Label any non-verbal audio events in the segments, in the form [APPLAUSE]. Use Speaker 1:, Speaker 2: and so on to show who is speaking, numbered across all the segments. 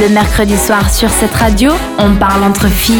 Speaker 1: Le mercredi soir sur cette radio, on parle entre filles.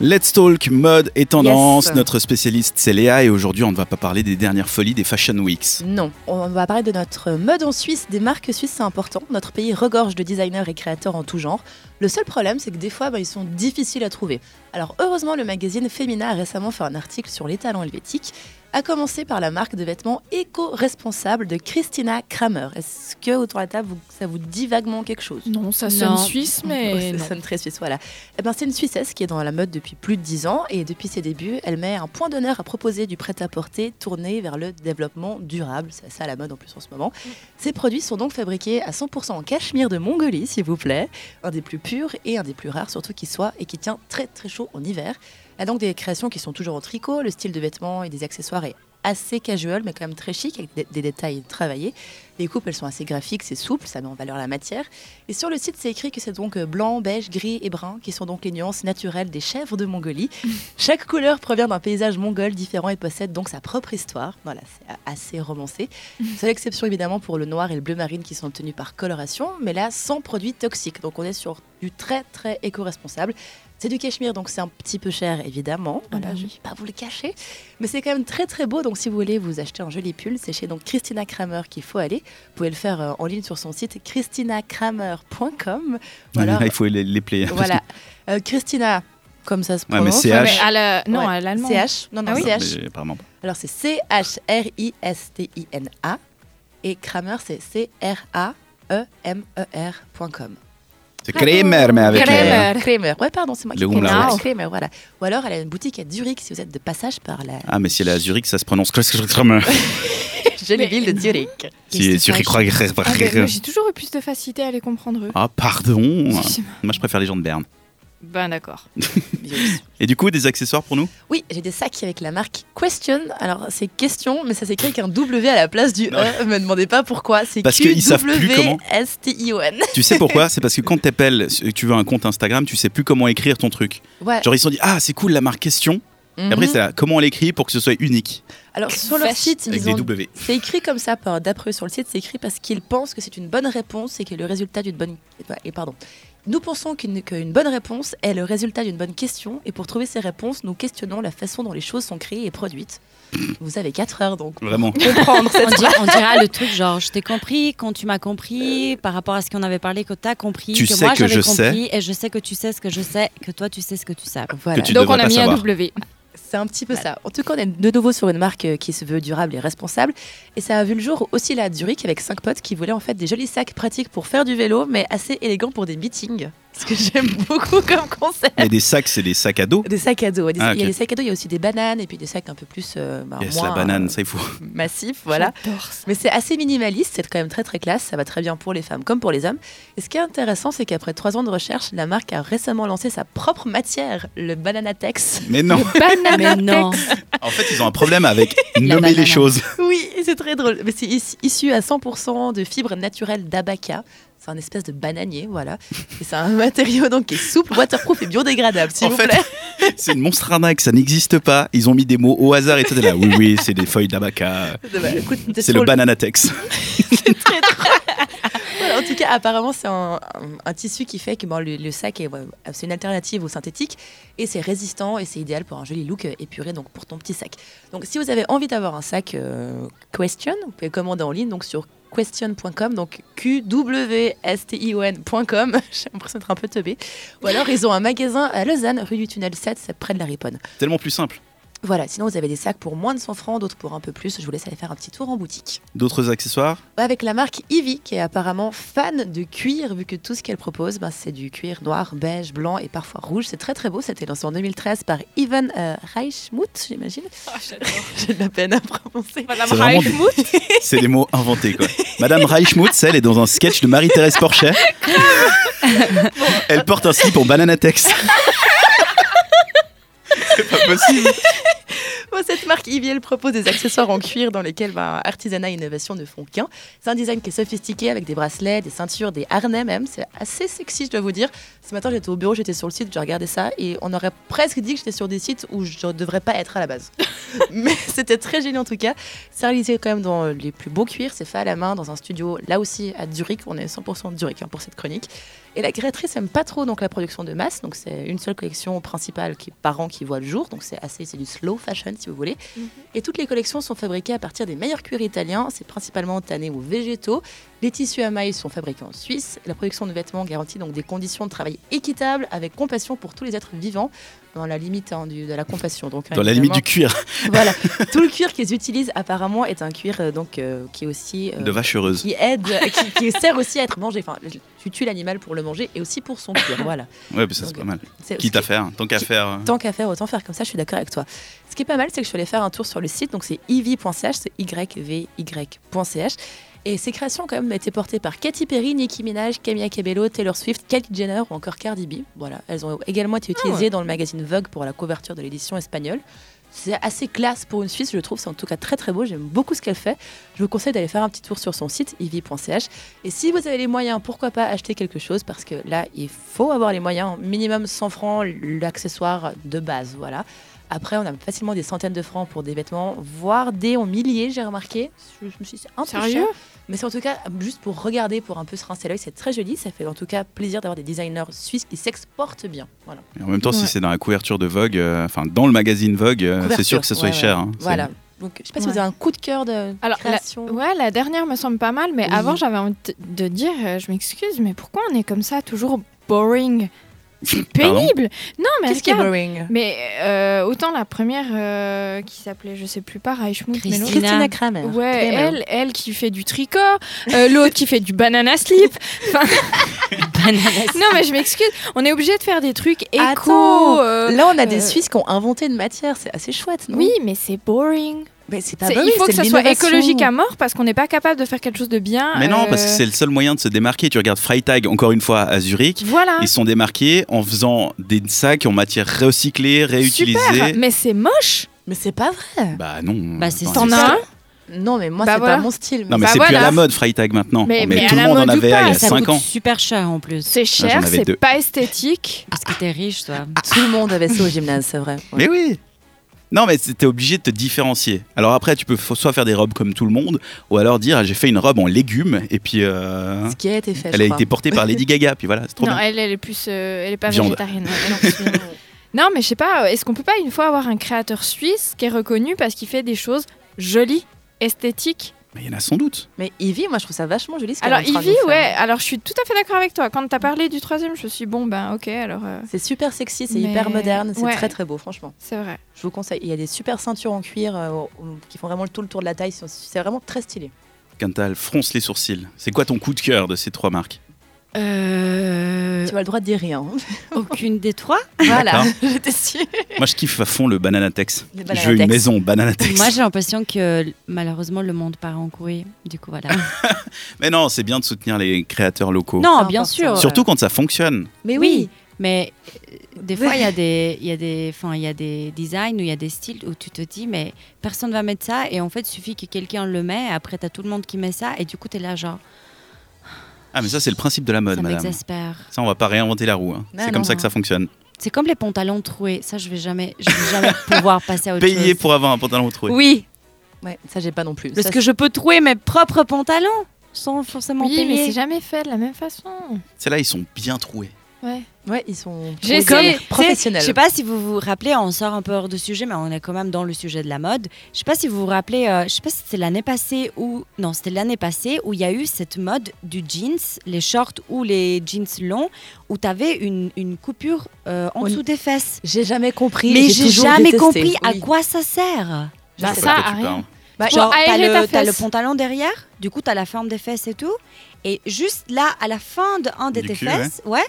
Speaker 2: Let's Talk mode et tendance.
Speaker 3: Yes.
Speaker 2: Notre spécialiste c'est Léa et aujourd'hui on ne va pas parler des dernières folies des Fashion Weeks.
Speaker 3: Non, on va parler de notre mode en Suisse, des marques suisses, c'est important. Notre pays regorge de designers et créateurs en tout genre. Le seul problème, c'est que des fois, ben, ils sont difficiles à trouver. Alors heureusement, le magazine Femina a récemment fait un article sur les talents helvétiques, à commencer par la marque de vêtements éco-responsable de Christina Kramer. Est-ce que autour de la table, vous- ça vous dit vaguement quelque chose
Speaker 4: Non, ça
Speaker 1: sonne
Speaker 4: sonne
Speaker 1: Non.
Speaker 3: [LAUGHS]
Speaker 4: suisse, mais
Speaker 3: Ça sonne très suisse, voilà. Eh ben, c'est une Suissesse qui est dans la mode depuis plus de 10 ans et depuis ses débuts, elle met un point d'honneur à proposer du prêt-à-porter tourné vers le développement durable. C'est ça la mode en plus en ce moment. Ces produits sont donc fabriqués à 100% en cachemire de Mongolie, s'il vous plaît. Un des plus purs et un des plus rares surtout qui soit et qui tient très très chaud en hiver. Elle a donc des créations qui sont toujours en tricot, le style de vêtements et des accessoires est assez casual mais quand même très chic avec des- des détails travaillés. Les coupes, elles sont assez graphiques, c'est souple, ça met en valeur la matière. Et sur le site, c'est écrit que c'est donc euh, blanc, beige, gris et brun, qui sont donc les nuances naturelles des chèvres de Mongolie. Chaque couleur provient d'un paysage mongol différent et possède donc sa propre histoire. Voilà, c'est a- assez
Speaker 4: [LAUGHS]
Speaker 3: romancé. Seule exception évidemment pour le noir et le bleu marine qui sont obtenus par coloration, mais là sans produits toxiques. Donc on est sur du très très éco-responsable. C'est du cachemire, donc c'est un petit peu cher évidemment.
Speaker 4: Ah bah
Speaker 3: Voilà, Je
Speaker 4: oui.
Speaker 3: vais pas vous le cacher. Mais c'est quand même très très beau, donc si vous voulez vous acheter un joli pull, c'est chez donc Christina Kramer qu'il faut aller. Vous pouvez le faire euh, en ligne sur son site christinakramer.com. Ou
Speaker 2: [LAUGHS]
Speaker 3: alors-
Speaker 2: il faut les, les player.
Speaker 3: voilà, Euh, Christina, comme ça se
Speaker 2: Ouais, mais
Speaker 3: prononce.
Speaker 2: c'est- CH.
Speaker 4: à la- non,
Speaker 3: Ouais.
Speaker 4: à l'allemand.
Speaker 3: CH, non non
Speaker 4: Ah oui.
Speaker 2: Non,
Speaker 3: CH.
Speaker 2: mais apparemment.
Speaker 3: Alors c'est C H R I S T I N A et Kramer c'est C R A E M E R.com.
Speaker 2: C'est Kramer, mais avec euh,
Speaker 4: Kramer.
Speaker 2: les...
Speaker 4: Kramer.
Speaker 3: Kramer. Ouais, pardon, c'est moi
Speaker 2: Le
Speaker 3: qui
Speaker 2: umlaut.
Speaker 3: prononce.
Speaker 4: Wow.
Speaker 3: Kramer, voilà. Ou alors, elle a une boutique à Zurich si vous êtes de passage par la
Speaker 2: Ah, mais si elle est à Zurich, ça se prononce Kramer.
Speaker 3: [LAUGHS] jolie
Speaker 4: Ah. Mais-
Speaker 3: ville de
Speaker 4: [LAUGHS]
Speaker 3: Zurich.
Speaker 2: Si
Speaker 4: Qu'est-ce que
Speaker 2: Zurich,
Speaker 4: ça- Ah, mais- mais
Speaker 3: ben
Speaker 2: Kramer.
Speaker 4: J'ai toujours eu plus de facilité à les comprendre eux.
Speaker 2: Ah, pardon.
Speaker 4: Si, si.
Speaker 2: Moi, je préfère les gens de Berne.
Speaker 4: Ben d'accord.
Speaker 2: Et du coup, des accessoires pour nous
Speaker 3: Oui, j'ai des sacs avec la marque Question. Alors, c'est Question, mais ça s'écrit avec un W à la place du E. Me demandez pas pourquoi. C'est
Speaker 2: Parce qu'ils savent plus comment.
Speaker 3: Q-W-S-T-I-O-N.
Speaker 2: Tu sais pourquoi C'est parce que quand t'appelles, tu veux un compte Instagram, tu sais plus comment écrire ton truc.
Speaker 3: Ouais.
Speaker 2: Genre, ils se sont dit, ah, c'est cool la marque question. Et après,
Speaker 3: Mhm.
Speaker 2: c'est là, comment on l'écrit pour que ce soit unique
Speaker 3: Alors, sur leur
Speaker 4: Fâche.
Speaker 3: site,
Speaker 2: Avec
Speaker 3: ils
Speaker 2: des
Speaker 3: ont
Speaker 2: W.
Speaker 3: C'est écrit comme ça, par- d'après eux sur le site, c'est écrit parce qu'ils pensent que c'est une bonne réponse et que le résultat d'une bonne. Et pardon. Nous pensons qu'une qu'une bonne réponse est le résultat d'une bonne question et pour trouver ces réponses, nous questionnons la façon dont les choses sont créées et produites. Vous avez 4 heures donc. pour
Speaker 2: Vraiment.
Speaker 3: Comprendre
Speaker 4: [LAUGHS]
Speaker 3: cette
Speaker 5: On dira, on dira le truc genre je t'ai compris quand tu m'as compris par rapport à ce qu'on avait parlé que t'as compris
Speaker 2: Tu
Speaker 5: que
Speaker 2: sais
Speaker 5: moi
Speaker 2: que
Speaker 5: j'avais
Speaker 2: je
Speaker 5: compris et je sais que tu sais ce que je sais que toi tu sais ce que tu sais.
Speaker 2: [LAUGHS]
Speaker 3: Voilà.
Speaker 2: tu
Speaker 4: Donc on
Speaker 2: devrais
Speaker 4: a
Speaker 2: pas
Speaker 4: mis un
Speaker 2: savoir.
Speaker 4: W.
Speaker 3: C'est un petit peu ça. En tout cas, on est de nouveau sur une marque euh, qui se veut durable et responsable. Et ça a vu le jour aussi là à Zurich avec cinq potes qui voulaient en fait des jolis sacs pratiques pour faire du vélo, mais assez élégants pour des meetings. Ce que j'aime beaucoup comme concept.
Speaker 2: Et des sacs, c'est des sacs à dos.
Speaker 3: Des sacs à dos. Des-
Speaker 2: Ah, ok.
Speaker 3: Il y a des sacs à dos, il y a aussi des bananes et puis des sacs un peu plus euh, bah,
Speaker 2: Yes,
Speaker 3: moins,
Speaker 2: la banane,
Speaker 3: euh,
Speaker 2: ça, il faut.
Speaker 3: massifs, voilà.
Speaker 4: J'adore [LAUGHS] ça.
Speaker 3: Mais c'est assez minimaliste, c'est quand même très très classe, ça va très bien pour les femmes comme pour les hommes. Et ce qui est intéressant, c'est qu'après trois ans de recherche, la marque a récemment lancé sa propre matière,
Speaker 2: [LAUGHS]
Speaker 3: le Bananatex.
Speaker 2: Mais non.
Speaker 4: Banana
Speaker 5: Mais non,
Speaker 2: En fait, ils ont un problème avec
Speaker 5: La
Speaker 2: nommer
Speaker 5: banane.
Speaker 2: les choses. [LAUGHS]
Speaker 3: Oui, c'est très drôle. Mais c'est is- issu à 100% de fibres naturelles d'abaca. C'est un espèce de bananier, voilà. Et c'est un [LAUGHS] matériau donc qui est souple, waterproof et biodégradable, s'il
Speaker 2: En
Speaker 3: vous
Speaker 2: fait,
Speaker 3: plaît. [LAUGHS]
Speaker 2: C'est une monstre arnaque, ça n'existe pas. Ils ont mis des mots au hasard et tout. T'es là, oui, oui, c'est des feuilles d'abaca. [LAUGHS]
Speaker 3: Écoute, t'es
Speaker 2: C'est
Speaker 3: sur
Speaker 2: le bananatex.
Speaker 3: Voilà, en tout cas, apparemment, c'est un, un- un tissu qui fait que bon, le, le sac est ouais, c'est une alternative au synthétique et c'est résistant et c'est idéal pour un joli look euh, épuré donc pour ton petit sac. Donc, si vous avez envie d'avoir un sac euh, Question, vous pouvez commander en ligne donc sur question.com donc q w s t i o n.com. [LAUGHS] J'ai l'impression d'être un peu teubé. Ou alors ils ont un magasin à Lausanne, rue du Tunnel 7, c'est près de la Riponne.
Speaker 2: Tellement plus simple.
Speaker 3: Voilà, sinon vous avez des sacs pour moins de 100 francs, d'autres pour un peu plus. Je vous laisse aller faire un petit tour en boutique
Speaker 2: D'autres accessoires
Speaker 3: avec la marque Ivy, qui est apparemment fan de cuir, vu que tout ce qu'elle propose, ben, c'est du cuir noir, beige, blanc et parfois rouge. C'est très très beau. C'était lancé en 2013 par Ivan euh, Reichmuth, j'imagine. [LAUGHS] J'ai de la peine à prononcer.
Speaker 4: Madame
Speaker 2: C'est vraiment des-
Speaker 4: Reichmuth.
Speaker 2: C'est des mots inventés, quoi. Madame Reichmuth, elle est dans un sketch de Marie-Thérèse Porchet. Elle porte un slip en bananatex. C'est pas possible.
Speaker 3: Bon, Oh, cette marque Ivy, elle propose des accessoires en cuir dans lesquels ben, artisanat et innovation ne font qu'un. C'est un design qui est sophistiqué avec des bracelets, des ceintures, des harnais même. C'est assez sexy, je dois vous dire. Ce matin, j'étais au bureau, j'étais sur le site, j'ai regardé ça et on aurait presque dit que j'étais sur des sites où je ne devrais pas être à la base. [LAUGHS] Mais c'était très génial en tout cas. C'est réalisé quand même dans euh, les plus beaux cuirs. C'est fait à la main dans un studio, là aussi à Zurich. On est 100% de Zurich hein, pour cette chronique. Et la créatrice n'aime pas trop donc la production de masse, donc c'est une seule collection principale qui, par an qui voit le jour, donc c'est assez, c'est du slow fashion si vous voulez.
Speaker 4: Mhm.
Speaker 3: Et toutes les collections sont fabriquées à partir des meilleurs cuirs italiens, c'est principalement tanné ou végétaux. Les tissus à mailles sont fabriqués en Suisse. La production de vêtements garantit donc des conditions de travail équitables, avec compassion pour tous les êtres vivants, dans la limite hein, du- de la compassion. Donc, hein,
Speaker 2: Dans la limite
Speaker 3: évidemment,
Speaker 2: du cuir
Speaker 3: voilà, tout le cuir qu'ils utilisent apparemment est un cuir euh, donc euh, qui est aussi euh,
Speaker 2: de vache heureuse.
Speaker 3: qui aide, euh,
Speaker 2: [LAUGHS]
Speaker 3: qui, qui sert aussi à être mangé. Enfin, tu tues l'animal pour le manger et aussi pour son cuir. Voilà.
Speaker 2: Ouais, bah, ça c'est pas mal.
Speaker 3: C'est-
Speaker 2: Quitte à faire, tant qu'à
Speaker 3: qui-
Speaker 2: faire. euh,
Speaker 3: Tant qu'à faire, autant faire comme ça, je suis d'accord avec toi. Ce qui est pas mal, c'est que je suis allée faire un tour sur le site, donc c'est ivy.ch, c'est yvy.ch. Et ces créations ont quand même été portées par Katy Perry, Nicki Minaj, Camilla Cabello, Taylor Swift, Kylie Jenner ou encore Cardi B. Voilà, elles ont également
Speaker 2: Ah
Speaker 3: été utilisées dans le magazine Vogue pour la couverture de l'édition espagnole. C'est assez classe pour une Suisse, je trouve. C'est en tout cas très très beau. J'aime beaucoup ce qu'elle fait. Je vous conseille d'aller faire un petit tour sur son site ivy.ch. Et si vous avez les moyens, pourquoi pas acheter quelque chose Parce que là, il faut avoir les moyens. Minimum 100 francs, l'accessoire de base. Voilà. Après, on a facilement des centaines de francs pour des vêtements, voire des en milliers, j'ai remarqué. Je me suis dit, c'est un peu cher.
Speaker 4: [LAUGHS] Sérieux
Speaker 3: Mais c'est en tout cas juste pour regarder, pour un peu se rincer l'œil, c'est très joli. Ça fait en tout cas plaisir d'avoir des designers suisses qui s'exportent bien. Voilà.
Speaker 2: Et en même temps, si
Speaker 4: Ouais.
Speaker 2: c'est dans la couverture de Vogue, euh, enfin dans le magazine Vogue, euh, c'est sûr
Speaker 3: Couverture,
Speaker 2: que ça soit
Speaker 3: ouais,
Speaker 2: cher. hein. C'est-
Speaker 3: Voilà. Donc, je sais pas si
Speaker 4: Ouais.
Speaker 3: vous avez un coup de cœur de
Speaker 4: Alors, la-
Speaker 3: création.
Speaker 4: Ouais, la dernière me semble pas mal, mais
Speaker 3: Oui.
Speaker 4: avant j'avais envie de- de dire, euh, je m'excuse, mais pourquoi on est comme ça, toujours boring C'est
Speaker 2: Pardon
Speaker 4: pénible Non, mais
Speaker 3: Qu'est-ce qui est
Speaker 4: regarde,
Speaker 3: boring
Speaker 4: mais euh, autant la première euh, qui s'appelait, je sais plus pas, Reichmuth, mais l'autre-
Speaker 5: Christine. Christina
Speaker 3: Kramer.
Speaker 4: Ouais, elle, elle qui fait du tricot, euh, l'autre qui fait du
Speaker 3: [LAUGHS]
Speaker 4: banana slip.
Speaker 5: Bananas.
Speaker 4: Non, mais je m'excuse, on est obligé de faire des trucs éco.
Speaker 3: Attends,
Speaker 4: euh,
Speaker 3: Là, on a
Speaker 4: euh,
Speaker 3: des Suisses qui ont inventé une matière, c'est assez chouette, non
Speaker 4: Oui, mais c'est boring.
Speaker 3: mais c'est pas
Speaker 4: C'est-
Speaker 3: boring,
Speaker 4: il faut
Speaker 3: c'est
Speaker 4: que ça
Speaker 3: de
Speaker 4: soit
Speaker 3: l'innovation.
Speaker 4: écologique à mort parce qu'on n'est pas capable de faire quelque chose de bien.
Speaker 2: Mais non, parce que
Speaker 4: euh,
Speaker 2: c'est le seul moyen de se démarquer. Tu regardes Freitag, encore une fois, à Zurich.
Speaker 4: Voilà.
Speaker 2: Ils se sont démarqués en faisant des sacs en matière recyclée, réutilisée.
Speaker 4: Super, mais c'est moche.
Speaker 3: Mais c'est pas vrai.
Speaker 2: Bah non.
Speaker 5: Bah, c'est
Speaker 2: attends,
Speaker 4: T'en
Speaker 5: c'est
Speaker 4: as
Speaker 5: ça.
Speaker 4: un
Speaker 3: Non, mais moi,
Speaker 4: Bah
Speaker 3: c'est
Speaker 4: voilà.
Speaker 3: pas mon style.
Speaker 2: Non, mais
Speaker 4: Bah
Speaker 2: c'est plus à
Speaker 4: voilà.
Speaker 2: la mode Freitag maintenant. Oh,
Speaker 4: Mais- mais à
Speaker 2: tout le
Speaker 4: la
Speaker 2: monde en
Speaker 4: mode ou
Speaker 2: avait
Speaker 4: pas,
Speaker 2: un il y a
Speaker 5: ça
Speaker 2: 5
Speaker 5: coûte
Speaker 2: ans.
Speaker 5: super cher en plus.
Speaker 4: C'est cher,
Speaker 2: avais deux.
Speaker 4: c'est pas esthétique.
Speaker 5: Parce que t'es riche, toi.
Speaker 3: Tout le monde avait ça au gymnase, c'est vrai. Ouais.
Speaker 2: Mais oui Non, mais t'es obligé de te différencier. Alors après, tu peux f- soit faire des robes comme tout le monde, ou alors dire ah, j'ai fait une robe en légumes, et puis euh,
Speaker 3: Ce qui a été fait,
Speaker 2: elle
Speaker 3: je
Speaker 2: a
Speaker 3: crois.
Speaker 2: été portée par Lady Gaga, puis voilà, c'est trop
Speaker 4: non,
Speaker 2: bien.
Speaker 4: elle, elle est plus, euh, elle est pas
Speaker 2: Viande.
Speaker 4: végétarienne. ouais, elle en fait bien. [LAUGHS] non, mais je sais pas. euh, Est-ce qu'on peut pas une fois avoir un créateur suisse qui est reconnu parce qu'il fait des choses jolies, esthétiques
Speaker 2: Mais il y en a sans doute.
Speaker 3: Mais Ivy, moi, je trouve ça vachement joli. ce qu'elle
Speaker 4: Alors
Speaker 3: est en train de
Speaker 4: Ivy,
Speaker 3: nous
Speaker 4: ouais.
Speaker 3: faire.
Speaker 4: Alors je suis tout à fait d'accord avec toi. Quand t'as parlé du troisième, je me suis dit, bon ben ok. Alors euh,
Speaker 3: C'est super sexy, c'est
Speaker 4: Mais-
Speaker 3: hyper moderne, c'est
Speaker 4: ouais.
Speaker 3: très très beau, franchement.
Speaker 4: c'est vrai.
Speaker 3: Je vous conseille. Il y a des super ceintures en cuir euh, au- qui font vraiment tout le tour de la taille. c'est- C'est vraiment très stylé.
Speaker 2: Quintal, fronce les sourcils. C'est quoi ton coup de cœur de ces trois marques
Speaker 5: Euh,
Speaker 3: Tu as le droit de dire rien.
Speaker 5: aucune des trois
Speaker 3: [LAUGHS] voilà,
Speaker 2: D'accord.
Speaker 5: [LAUGHS]
Speaker 3: j'étais sûre.
Speaker 2: Moi, je kiffe à fond le Banana Tex.
Speaker 3: Le
Speaker 2: je veux
Speaker 3: Bananatex.
Speaker 2: une maison Banana Tex.
Speaker 5: Moi, j'ai l'impression que malheureusement, le monde part en couille. Du coup, voilà.
Speaker 2: Ah, Mais non, c'est bien de soutenir les créateurs locaux.
Speaker 5: non, euh,
Speaker 3: C'est
Speaker 5: bien
Speaker 3: important.
Speaker 5: sûr.
Speaker 2: Surtout quand ça fonctionne.
Speaker 3: Mais Eh oui,
Speaker 5: Oui, mais euh, des fois, il y a des, il y a des, enfin, il y a des designs ou il y a des styles où tu te dis, mais personne va mettre ça. Et en fait, suffit que quelqu'un le met. Après, t'as tout le monde qui met ça. Et du coup, t'es là, genre,
Speaker 2: Ah, mais ça, c'est le principe de la mode,
Speaker 5: ça
Speaker 2: madame.
Speaker 5: m'exaspère.
Speaker 2: Ça, on va pas réinventer la roue. hein.
Speaker 3: Non,
Speaker 2: C'est comme
Speaker 5: non,
Speaker 2: ça que
Speaker 5: non.
Speaker 2: ça fonctionne.
Speaker 5: C'est comme les pantalons troués. Ça, je vais jamais, je vais jamais [LAUGHS] pouvoir passer à autre
Speaker 2: Payer
Speaker 5: chose.
Speaker 2: pour avoir un pantalon troué.
Speaker 5: Oui,
Speaker 3: ouais, ça j'ai pas non plus.
Speaker 5: parce
Speaker 3: Ça,
Speaker 5: que je peux trouver mes propres pantalons sans forcément
Speaker 4: Oui, mais
Speaker 5: payer.
Speaker 4: c'est jamais fait de la même façon.
Speaker 2: Celles-là, ils sont bien troués.
Speaker 4: Ouais.
Speaker 3: Ouais, ils sont
Speaker 4: J'ai
Speaker 3: comme
Speaker 4: essayé,
Speaker 5: Je
Speaker 3: professionnels.
Speaker 5: sais pas si vous vous rappelez, on sort un peu hors de sujet, mais on est quand même dans le sujet de la mode. Je sais pas si vous vous rappelez, euh, je sais pas si c'était l'année passée ou non, c'était l'année passée où il y a eu cette mode du jeans, les shorts ou les jeans longs, où tu avais une, une coupure euh, en
Speaker 3: On-
Speaker 5: dessous des fesses.
Speaker 3: J'ai jamais compris.
Speaker 5: mais j'ai
Speaker 3: j'ai toujours
Speaker 5: jamais
Speaker 3: détesté.
Speaker 5: compris à
Speaker 3: Oui.
Speaker 5: quoi ça sert.
Speaker 3: Je
Speaker 4: Bah,
Speaker 3: sais
Speaker 4: ça,
Speaker 3: pas.
Speaker 4: à rien.
Speaker 3: Bah,
Speaker 4: Pour
Speaker 5: Genre, t'as
Speaker 4: aérer
Speaker 5: le,
Speaker 4: ta
Speaker 5: t'as le
Speaker 4: fesse.
Speaker 5: pantalon derrière, du coup, t'as la forme des fesses et tout. Et juste là, à la fin d'un de
Speaker 2: Du
Speaker 5: tes
Speaker 2: cul,
Speaker 5: fesses, ouais,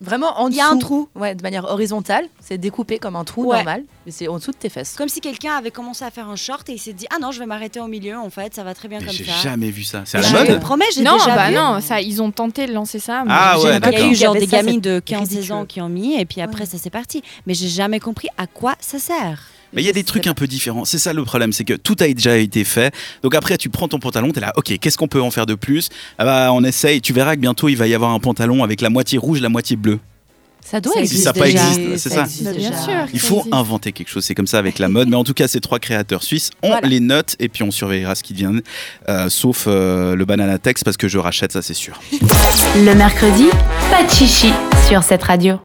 Speaker 3: vraiment en
Speaker 5: il
Speaker 3: dessous.
Speaker 5: y a un trou.
Speaker 3: Ouais, de manière horizontale, c'est découpé comme un trou
Speaker 5: Ouais.
Speaker 3: normal, mais c'est en dessous de tes fesses.
Speaker 5: Comme si quelqu'un avait commencé à faire un short et il s'est dit Ah non, je vais m'arrêter au milieu, en fait, ça va très bien
Speaker 2: Mais
Speaker 5: comme
Speaker 2: j'ai
Speaker 5: ça.
Speaker 2: jamais vu ça. C'est à
Speaker 5: Mais
Speaker 2: la
Speaker 5: je
Speaker 3: Jamais.
Speaker 5: te
Speaker 2: mode
Speaker 5: promets, j'ai
Speaker 4: Non,
Speaker 5: déjà
Speaker 4: bah
Speaker 5: vu.
Speaker 4: non, ça, ils ont tenté de lancer ça. mais
Speaker 2: Ah
Speaker 4: j'ai
Speaker 2: ouais,
Speaker 4: jamais
Speaker 2: d'accord.
Speaker 5: Il y a eu
Speaker 3: Quelqu'un
Speaker 5: genre
Speaker 3: qui
Speaker 5: des
Speaker 3: avait ça,
Speaker 5: gamines de 15-16
Speaker 3: ridicule.
Speaker 5: ans qui ont mis et puis après
Speaker 3: Ouais.
Speaker 5: ça c'est parti. Mais j'ai jamais compris à quoi ça sert.
Speaker 2: Mais il y a des trucs un peu différents. C'est ça le problème, c'est que tout a déjà été fait. Donc après, tu prends ton pantalon, t'es là, ok, qu'est-ce qu'on peut en faire de plus Ah bah, on essaye. Tu verras que bientôt, il va y avoir un pantalon avec la moitié rouge, la moitié bleue.
Speaker 3: Ça doit
Speaker 5: Ça
Speaker 3: exister.
Speaker 5: existe déjà.
Speaker 2: c'est ça.
Speaker 3: existe
Speaker 4: Mais bien
Speaker 3: déjà.
Speaker 4: sûr.
Speaker 2: Il
Speaker 4: Ça
Speaker 2: faut
Speaker 4: existe.
Speaker 2: inventer quelque chose, c'est comme ça avec la mode. Mais en tout cas, ces trois créateurs suisses, on
Speaker 3: Voilà.
Speaker 2: les note et puis on surveillera ce qu'ils deviennent, euh, sauf euh, le banana text parce que je rachète, ça c'est sûr.
Speaker 1: Le mercredi, pas de chichi sur cette radio.